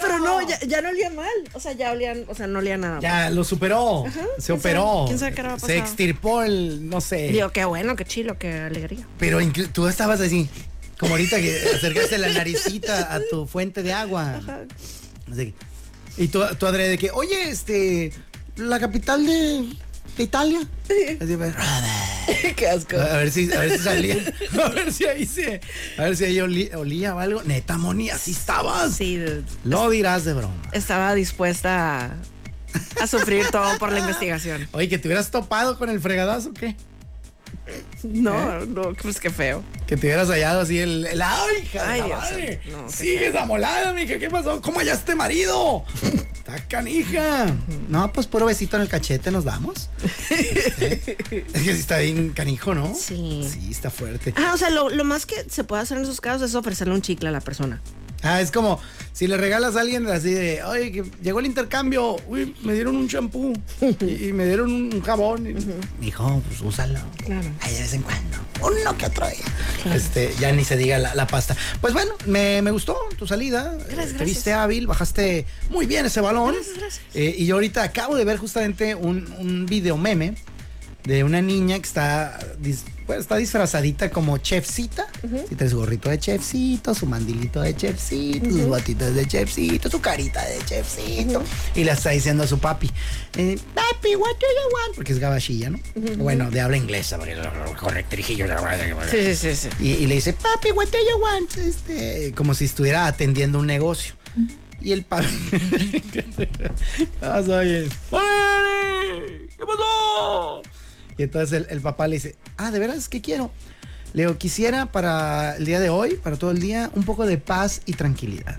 S1: pero Oh, no, ya, ya no olía mal, o sea, ya olían, o sea, no olía nada. mal.
S3: Ya lo superó. Se
S1: quién
S3: operó.
S1: sabe- quién sabe qué le habrá
S3: se
S1: pasado.
S3: extirpó el, no sé.
S1: Digo, qué bueno, qué chilo, qué alegría.
S3: Pero inclu- tú estabas así, como ahorita que acercaste la naricita a tu fuente de agua. Así que- y tú, tú adrede de que, oye, este, la capital de, de Italia. Así, pues,
S1: qué asco.
S3: a ver si, a ver si salía. A ver si ahí se. A ver si ahí olí- olía o algo. Neta, Moni, así estabas.
S1: Sí, dude.
S3: Lo dirás de broma.
S1: estaba dispuesta a, a sufrir todo por la investigación.
S3: Oye, que te hubieras topado con el fregadazo, ¿qué?
S1: No, no, pues qué feo.
S3: Que te hubieras hallado así el. el ¡Ay, hija de
S1: Ay,
S3: la
S1: Dios
S3: madre!
S1: santo, no, qué
S5: Sigues amolada, mija. ¿Qué pasó? ¿Cómo hallaste marido?
S3: Está canija. No, pues puro besito en el cachete nos damos. ¿Eh? Es que sí está bien canijo, ¿no?
S1: Sí.
S3: Sí, está fuerte.
S1: Ah, o sea, lo, lo más que se puede hacer en esos casos es ofrecerle un chicle a la persona.
S3: Ah, es como si le regalas a alguien así de, oye, que llegó el intercambio, uy, me dieron un champú y, y me dieron un jabón. Y- Mijo, pues úsalo.
S1: Claro.
S3: Ahí de vez en cuando. Uno que otro día. Este, ya ni se diga la, la pasta. Pues bueno, me, me gustó tu salida. Eh, Te
S1: gracias.
S3: viste hábil, bajaste muy bien ese balón.
S1: Gracias, gracias.
S3: Eh, y yo ahorita acabo de ver justamente un, un video meme de una niña que está, dis- pues, está disfrazadita como chefcita. Si trae su gorrito de chefcito, su mandilito de chefcito, sus botitas de chefcito, su carita de chefcito. Y le está diciendo a su papi, eh, papi, what do you want? Porque es gabachilla, ¿no? Bueno, de habla inglesa, porque correctrijillo.
S1: Sí, sí, sí, sí.
S3: Y, y le dice, papi, what do you want? Este, como si estuviera atendiendo un negocio. Y el papi... Ah, soy-
S4: ¡Ey! ¿Qué pasó?
S3: Y entonces el, el papá le dice, ah, ¿de veras qué quiero? Le digo, quisiera para el día de hoy, para todo el día, un poco de paz y tranquilidad.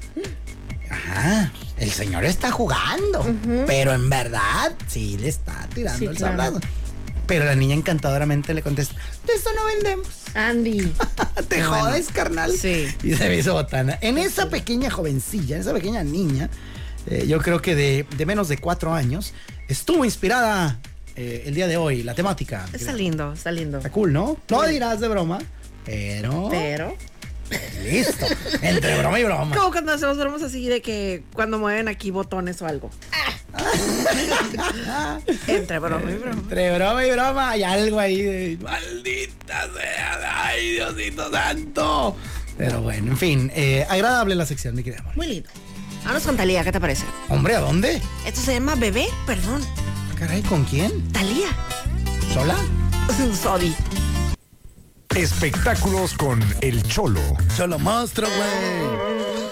S3: Ajá, el señor está jugando, pero en verdad sí le está tirando
S1: Sí,
S3: el
S1: claro.
S3: sablado. Pero la niña encantadoramente le contesta, de eso no vendemos.
S1: Andy.
S3: Te
S1: Qué bueno.
S3: jodes, carnal.
S1: Sí.
S3: Y se me hizo botana. En esa pequeña jovencilla, en esa pequeña niña, eh, yo creo que de, de menos de cuatro años, estuvo inspirada eh, el día de hoy, la temática.
S1: Está lindo, está lindo.
S3: Está cool, ¿no? No dirás de broma, pero.
S1: Pero.
S3: Listo. Entre broma y broma.
S1: Como cuando hacemos bromas así de que cuando mueven aquí botones o algo. Entre broma y broma.
S3: Entre broma y broma hay algo ahí de.
S5: Maldita sea. Ay, Diosito santo.
S3: Pero bueno, en fin, eh, agradable la sección, mi querida. Moni.
S1: Muy lindo. Vámonos con Talía, ¿qué te parece?
S3: Hombre, ¿a dónde? Ah,
S1: Esto se llama bebé, perdón.
S3: Caray, ¿con quién?
S1: Talía.
S3: ¿Sola?
S1: Sorry.
S8: Espectáculos con El Cholo.
S3: Solo monstruo, güey.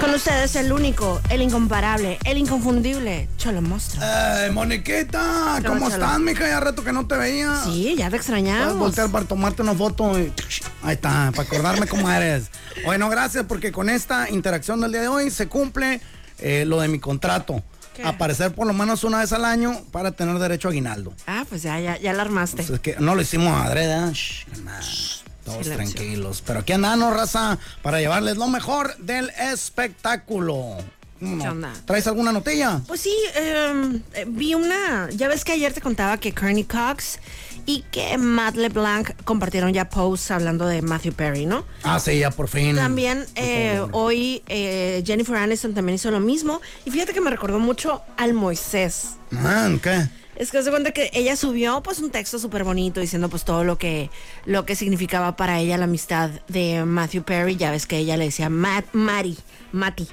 S1: Con ustedes el único, el incomparable, el inconfundible, Cholo Monstruo.
S5: Ay, Moniquita.
S1: Qué
S5: ¿Cómo
S1: báchalo.
S5: estás, mija? Ya rato que no te veía.
S1: Sí, ya te
S3: Puedes
S1: extrañamos.
S3: voltear para tomarte una foto. y- Ahí está, para acordarme cómo eres. Bueno, gracias porque con esta interacción del día de hoy se cumple eh, lo de mi contrato.
S1: ¿Qué?
S3: Aparecer por lo menos una vez al año para tener derecho a aguinaldo.
S1: Ah, pues ya, ya, ya la armaste.
S3: Pues es que no lo hicimos adrede. ¿eh? Shh, calma. Todos
S1: Silencio.
S3: tranquilos. Pero aquí andamos, raza, para llevarles lo mejor del espectáculo. ¿Cómo no?
S1: ¿Qué onda?
S3: ¿Traes alguna notilla?
S1: Pues sí, em, eh, vi una. Ya ves que ayer te contaba que Kearney Cox y que Matt LeBlanc compartieron ya posts hablando de Matthew Perry, ¿no?
S3: Ah, sí, ya por fin.
S1: También eh, hoy eh, Jennifer Aniston también hizo lo mismo. Y fíjate que me recordó mucho al Moisés.
S3: Man, ¿qué?
S1: Es que se cuenta que ella subió pues un texto súper bonito diciendo pues todo lo que lo que significaba para ella la amistad de Matthew Perry. Ya ves que ella le decía Matt, Mari, Mati.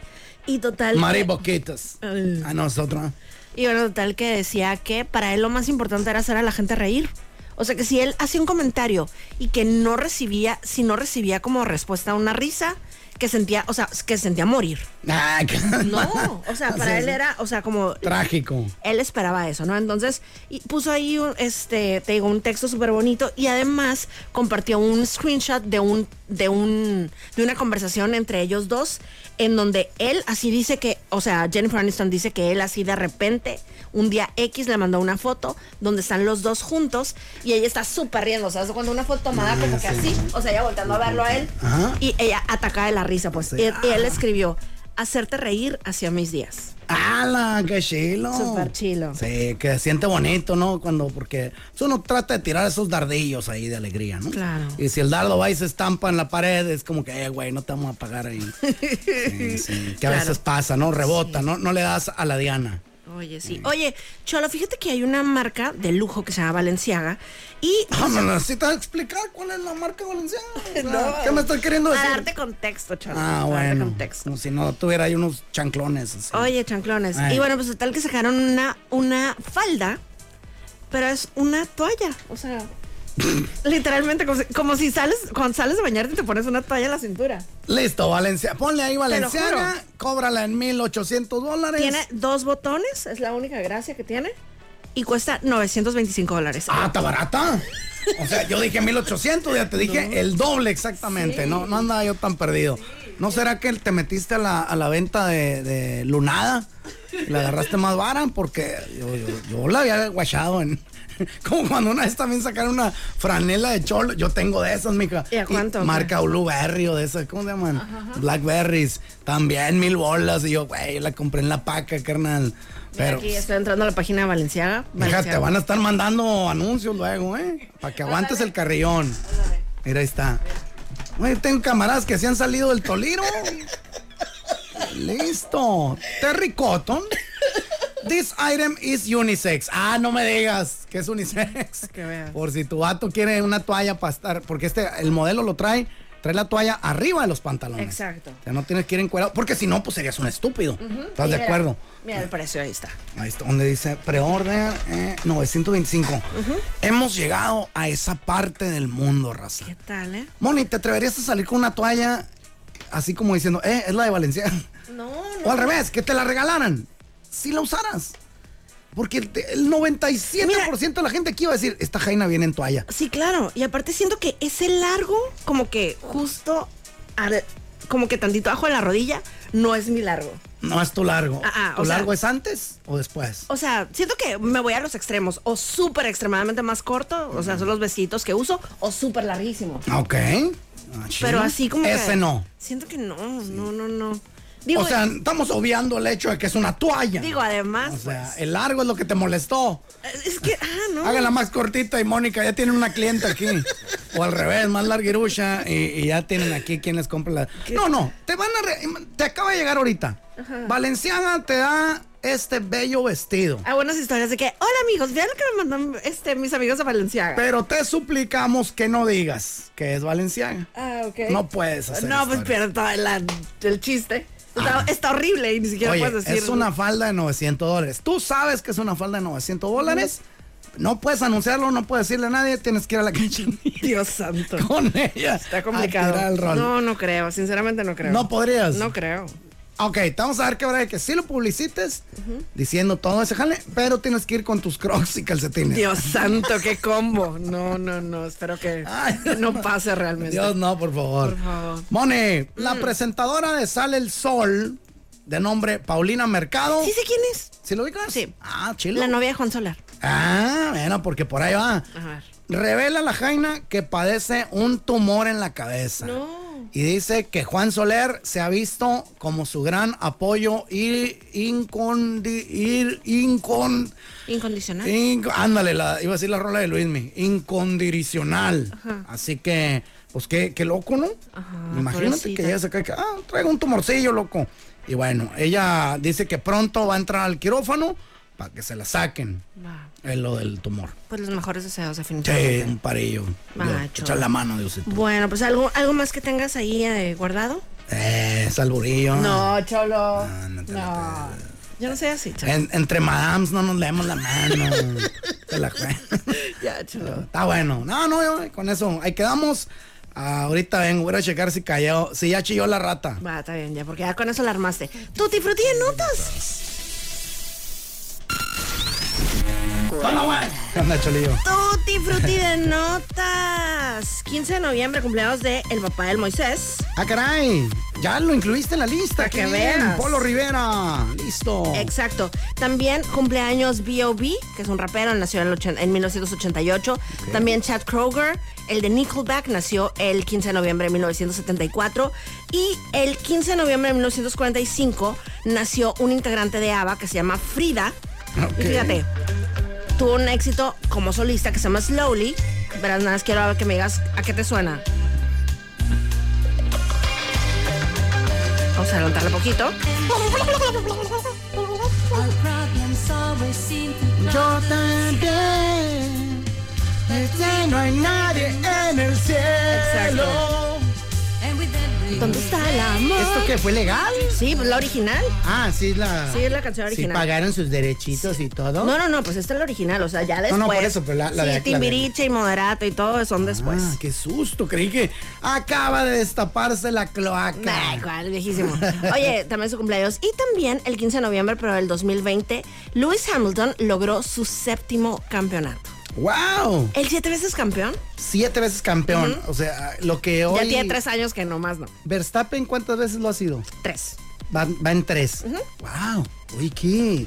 S1: Y total. que-
S3: Mari Boquitas.
S1: Ay.
S3: A nosotros.
S1: y bueno, total que decía que para él lo más importante era hacer a la gente reír. O sea que si él hacía un comentario y que no recibía, si no recibía como respuesta una risa, que sentía, o sea, que sentía morir.
S3: Ah, qué-
S1: No, o sea, para
S3: Sí,
S1: él
S3: sí.
S1: era, o sea, como
S3: Trágico.
S1: él esperaba eso, ¿no? Entonces y puso ahí, un, este, te digo, un texto súper bonito y además compartió un screenshot de un, de un, de una conversación entre ellos dos en donde él así dice que, o sea, Jennifer Aniston dice que él así de repente, un día X le mandó una foto donde están los dos juntos y ella está súper riendo, o sea, cuando una foto tomada como que así, o sea, ella volteando a verlo a él
S3: Ajá.
S1: y ella atacada de la risa, pues. y, y él escribió, hacerte reír hacia mis días.
S3: ¡Hala! ¡Qué chilo!
S1: Súper chilo.
S3: Sí, que se siente bonito, ¿no? Cuando, porque uno trata de tirar esos dardillos ahí de alegría, ¿no?
S1: Claro.
S3: Y si el dardo va y se estampa en la pared, es como que, eh, güey, no te vamos a pagar ahí. Sí, sí, que a
S1: Claro.
S3: veces pasa, ¿no? Rebota, ¿no? No le das a la Diana.
S1: Oye, sí. Oye, Cholo, fíjate que hay una marca de lujo que se llama Valenciaga y...
S3: Ah, me necesitas explicar cuál es la marca valenciana. ¿Qué me estás queriendo
S1: Para
S3: decir?
S1: darte contexto, Cholo.
S3: Pues Ah,
S1: para darte
S3: bueno.
S1: contexto.
S3: Como si no tuviera ahí unos chanclones. así.
S1: Oye, chanclones.
S3: Ay.
S1: Y bueno, pues tal que sacaron una, una falda, pero es una toalla. O sea, literalmente como si, como si sales, cuando sales de bañarte te pones una toalla en la cintura.
S3: Listo, Valencia. Ponle ahí
S1: juro.
S3: Valenciana, cóbrala en 1800 dólares.
S1: Tiene dos botones, es la única gracia que tiene. Y cuesta 925 dólares.
S3: Ah, está barata. O sea, yo dije 1800, ya te dije el doble exactamente. No, no andaba yo tan perdido. ¿No será que te metiste a la, a la venta de, de Lunada? Y La agarraste más vara porque yo, yo- yo la había guachado en. Como cuando una vez también sacaron una franela de cholo. Yo tengo de esas, mija.
S1: ¿Y a cuánto?
S3: marca Blueberry o de esas, ¿cómo se llaman? Blackberries. También mil bolas. Y yo, güey, la compré en la paca, carnal. Pero.
S1: Aquí estoy entrando a la página de Valenciaga.
S3: Mija, te van a estar mandando anuncios luego, ¿eh? Para que aguantes el carrillón. Mira, ahí está. Güey, tengo camaradas que se han salido del toliro. Listo. Terry Cotton. This item is unisex. Ah, no me digas que es unisex.
S1: Que veas.
S3: Por si tu vato quiere una toalla para estar. Porque este, el modelo lo trae. Trae la toalla arriba de los pantalones.
S1: Exacto.
S3: O sea, no tienes que ir encuerado. Porque si no, pues serías un estúpido. ¿Estás de
S1: Mira,
S3: acuerdo?
S1: Mira el precio, ahí está.
S3: Ahí está, donde dice preorden eh, 925. Hemos llegado a esa parte del mundo, raza.
S1: ¿Qué tal, eh?
S3: Moni, ¿te atreverías a salir con una toalla así como diciendo, eh, es la de Valencia?
S1: No,
S3: O
S1: no.
S3: al revés, que te la regalaran. Si la usaras. Porque el, te- el 97% de la gente aquí iba a decir, esta jaina viene en toalla.
S1: Sí, claro. Y aparte siento que ese largo, como que justo, al- como que tantito abajo de la rodilla, no es mi largo.
S3: No es tu largo.
S1: Ah, ah,
S3: ¿Tu
S1: o sea-
S3: largo es antes o después?
S1: O sea, siento que me voy a los extremos. O súper extremadamente más corto, o sea, son los vestidos que uso, o súper larguísimo.
S3: Ok. Ah, chido.
S1: Pero así como que-
S3: Ese no.
S1: Siento que no, no, no, no. Digo, eh,
S3: o sea, estamos obviando el hecho de que es una toalla.
S1: digo además,
S3: O sea,
S1: pues,
S3: el largo es lo que te molestó.
S1: es que, ah, no.
S3: Hágala más cortita y Mónica ya tiene una clienta aquí. O al revés, más larguirucha y, y ya tienen aquí quien les compra la. No, no, te van a. re- Te acaba de llegar ahorita. Valenciana te da este bello vestido.
S1: Hay buenas historias de que, hola amigos, vean lo que me mandan este, mis amigos de Valenciaga.
S3: Pero te suplicamos que no digas que es Valenciana.
S1: Ah, ok.
S3: No puedes hacer
S1: No, pues
S3: historias. Ah.
S1: pero toda la- el chiste. Está, está horrible y ni siquiera
S3: Oye,
S1: puedes decir.
S3: es una falda de 900 dólares. Tú sabes que es una falda de 900 dólares. No puedes anunciarlo, no puedes decirle a nadie, tienes que ir a la cachanilla
S1: Dios santo.
S3: con ella.
S1: Está
S3: a tirar
S1: complicado.
S3: el rol.
S1: No, no creo. Sinceramente no creo.
S3: ¿No podrías?
S1: No creo.
S3: Ok, te vamos a dar que habrá que sí lo publicites diciendo todo ese jale, pero tienes que ir con tus crocs y calcetines.
S1: Dios santo, qué combo. No, no, no. Espero que
S3: Ay, Dios
S1: no
S3: mío.
S1: pase realmente.
S3: Dios, no, por favor.
S1: Por favor. Mm.
S3: Mone, la presentadora de Sale el Sol, de nombre Paulina Mercado.
S1: ¿Sí sé quién es?
S3: ¿Sí lo ubicas?
S1: Sí.
S3: Ah, chilo.
S1: La novia de Juan Solar.
S3: Ah, bueno, porque por ahí va.
S1: A ver.
S3: Revela la Jaina que padece un tumor en la cabeza. Y dice que Juan Soler se ha visto como su gran apoyo y incondi, ir- incon-
S1: Incondicional.
S3: inc- ándale, la, iba a decir la rola de Luismi, incondicional.
S1: Ajá.
S3: Así que, pues qué, qué loco, ¿no? Imagínate
S1: pobrecita.
S3: que llegas acá y que, ah, traigo un tumorcillo, loco. Y bueno, ella dice que pronto va a entrar al quirófano para que se la saquen.
S1: Va,
S3: Es lo del tumor.
S1: Pues los mejores deseos,
S3: Sí,
S1: definitivamente.
S3: un parillo.
S1: Macho.
S3: Echar la mano, Diosito.
S1: Bueno, pues algo, algo más que tengas ahí eh, guardado.
S3: Eh, salburillo.
S1: cholo. No, Yo no soy así, cholo.
S3: En- entre madams no nos leemos la mano. Se la jue-
S1: Ya, cholo.
S3: Está bueno. No, no, yo, con eso. Ahí quedamos. Ah, ahorita vengo, voy a checar si cayó, si ya chilló la rata.
S1: Va, está bien, ya, porque ya con eso la armaste. Tutti Frutti en notas.
S3: ¿Qué onda, Cholillo?
S1: Tutti Frutti de notas. 15 de noviembre, cumpleaños de el papá del Moisés.
S3: Ah, caray. Ya lo incluiste en la lista.
S1: Para
S3: qué
S1: que
S3: bien,
S1: veas.
S3: Polo Rivera. Listo.
S1: Exacto. También cumpleaños B.O.B., que es un rapero, nació en, el ochen- en 1988. También Chad Kroger, el de Nickelback, nació el 15 de noviembre de 1974. Y el 15 de noviembre de 1945 nació un integrante de ABBA que se llama Frida. Y fíjate, tuvo un éxito como solista que se llama Slowly. Verás, nada más quiero que me digas a qué te suena. Vamos a adelantarle poquito.
S3: Yo también. Este no hay nadie en el cielo.
S1: Exacto. ¿Dónde está el amor?
S3: ¿Esto qué fue legal?
S1: Sí, pues la original.
S3: Ah, sí, la.
S1: Sí, es la canción
S3: Sí,
S1: original.
S3: pagaron sus derechitos y todo.
S1: No, no, no, pues esta es la original, o sea, ya
S3: No,
S1: después.
S3: no, por eso, pero la- la
S1: sí,
S3: de- la de-
S1: Timbiriche y Moderato y todo son después.
S3: Ah, qué susto, creí que acaba de destaparse la
S1: Nah,
S3: cloaca.
S1: igual, viejísimo. Oye, también su cumpleaños. Y también el 15 de noviembre, pero del 2020, Lewis Hamilton logró su séptimo campeonato.
S3: ¡Wow!
S1: El siete veces campeón
S3: Siete veces campeón. O sea, lo que hoy.
S1: ya tiene tres años que nomás no.
S3: Verstappen, ¿cuántas veces lo ha sido?
S1: Tres.
S3: Va, va en tres. ¡Wow! Oye, ¿qué?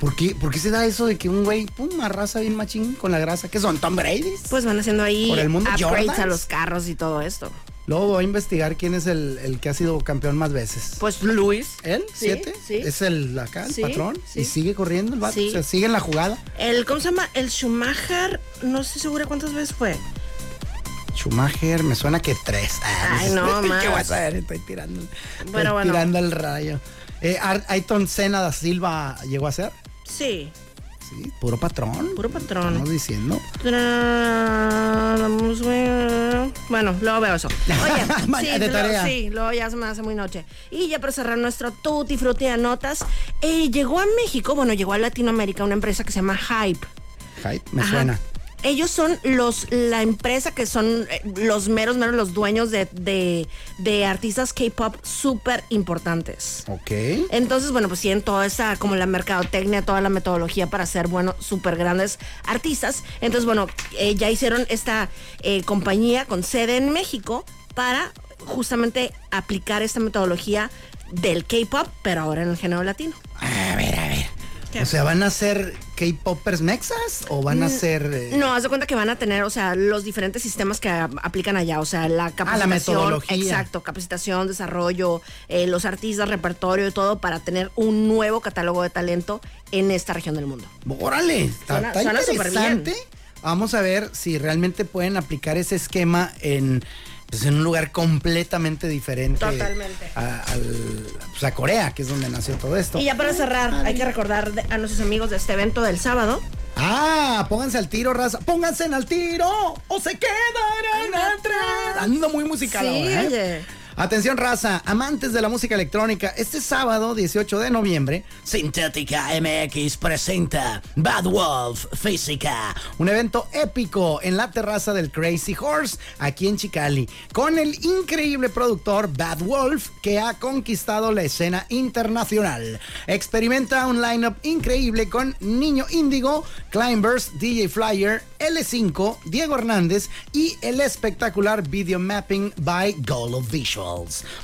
S3: ¿Por qué, por qué se da eso de que un güey, pum, arrasa bien machín con la grasa? ¿Qué son? ¿Tom Brady's?
S1: Pues van haciendo ahí
S3: Por el mundo,
S1: upgrades
S3: Jordans.
S1: a los carros y todo esto.
S3: Luego voy a investigar quién es el, el que ha sido campeón más veces.
S1: Pues Luis.
S3: ¿Él?
S1: Sí,
S3: ¿Siete?
S1: sí.
S3: ¿Es el acá, el
S1: Sí,
S3: patrón?
S1: sí.
S3: ¿Y sigue corriendo el vato?
S1: Sí.
S3: O sea, sigue en la jugada.
S1: El, ¿cómo se llama? El Schumacher, no estoy segura cuántas veces fue.
S3: Schumacher, me suena que tres. Ah,
S1: Ay, no,
S3: ¿Qué
S1: más.
S3: vas a ver? Estoy tirando. estoy
S1: Bueno, bueno.
S3: Tirando el rayo. Eh, Ar- Ayrton Senna da Silva llegó a ser.
S1: Sí,
S3: Sí, puro patrón.
S1: puro
S3: Estamos
S1: patrón.
S3: diciendo.
S1: Tra- vamos a ver. Bueno, luego veo eso. Oye,
S3: Mañana
S1: sí,
S3: de
S1: lo-
S3: tarea.
S1: sí, luego ya se me hace muy noche. Y ya para cerrar nuestro tutti frutti de notas, eh, llegó a México, bueno, llegó a Latinoamérica una empresa que se llama Hype.
S3: Hype, me
S1: Ajá.
S3: suena.
S1: Ellos son los la empresa que son eh, los meros, meros, los dueños de, de, de artistas K-pop súper importantes.
S3: Ok.
S1: Entonces, bueno, pues tienen toda esa, como la mercadotecnia, toda la metodología para ser, bueno, súper grandes artistas. Entonces, bueno, eh, ya hicieron esta eh, compañía con sede en México para justamente aplicar esta metodología del K-pop, pero ahora en el género latino.
S3: A ver, a ver.
S1: ¿Qué? Mm,
S3: O sea, ¿van a ser K-Poppers mexas o van a ser. eh,
S1: No, haz de cuenta que van a tener, o sea, los diferentes sistemas que a- aplican allá, o sea, la capacitación.
S3: metodología.
S1: Exacto, capacitación, desarrollo, eh, los artistas, repertorio y todo para tener un nuevo catálogo de talento en esta región del mundo.
S3: Órale, está,
S1: Suena-
S3: está
S1: suena súper
S3: interesante.
S1: bien.
S3: Vamos a ver si realmente pueden aplicar ese esquema en, pues, en un lugar completamente diferente.
S1: Totalmente.
S3: A, al- pues, a Corea, que es donde nació todo esto.
S1: Y ya para cerrar, hay que recordar de- a nuestros amigos de este evento del sábado.
S3: Ah, pónganse al tiro, raza. Pónganse al tiro o se quedarán atrás. Ando muy musical
S1: Sí,
S3: ahora, ¿eh?
S1: oye.
S3: Atención, raza, amantes de la música electrónica. Este sábado, 18 de noviembre, Sintética MX presenta Bad Wolf Física. Un evento épico en la terraza del Crazy Horse, aquí en Chicali, con el increíble productor Bad Wolf, que ha conquistado la escena internacional. Experimenta un lineup increíble con Niño Índigo, Climbers, DJ Flyer, L5, Diego Hernández y el espectacular Video Mapping by Goal of Visuals.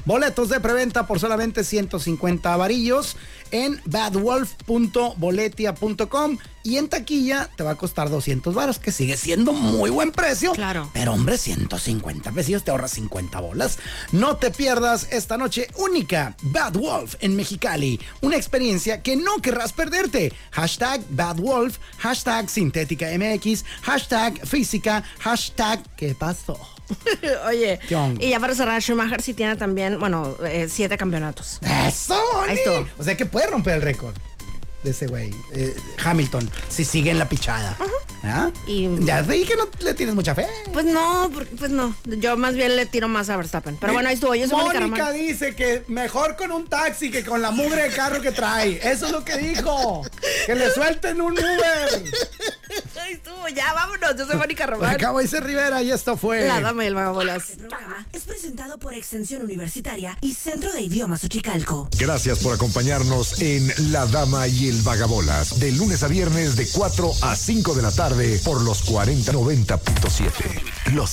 S3: Boletos de preventa por solamente 150 varillos. en badwolf.boletia.com y en taquilla te va a costar 200 varos, que sigue siendo muy buen precio. Claro. Pero hombre, 150 pesos te ahorras 50 bolas. No te pierdas esta noche única Bad Wolf en Mexicali, una experiencia que no querrás perderte. Hashtag Bad Wolf, hashtag Sintética MX, hashtag Física, hashtag ¿Qué pasó?
S1: Oye,
S3: ¿Qué onda?
S1: y ya para cerrar, Schumacher sí tiene también, bueno, eh, siete campeonatos.
S3: ¡Eso, Bonnie!
S1: Ahí estuvo.
S3: O sea que puede romper el récord de ese güey, eh, Hamilton, si sigue en la pichada. ¿Ah?
S1: Y-
S3: Ya te dije que no le tienes mucha fe.
S1: Pues no, por- pues no. Yo más bien le tiro más a Verstappen. Pero bueno, ahí estuvo. Yo soy Mónica
S3: Mónica
S1: Román.
S3: dice que mejor con un taxi que con la mugre de carro que trae. Eso es lo que dijo. Que le suelten un Uber.
S1: Ahí estuvo, ya vámonos. Yo soy Mónica Román.
S3: Acabo dice Rivera y esto fue.
S1: La dama y el magabolas.
S9: Este programa es presentado por Extensión Universitaria y Centro de Idiomas Uchicalco.
S8: Gracias por acompañarnos en La Dama y el Vagabolas, de lunes a viernes de 4 a 5 de la tarde por los 4090.7.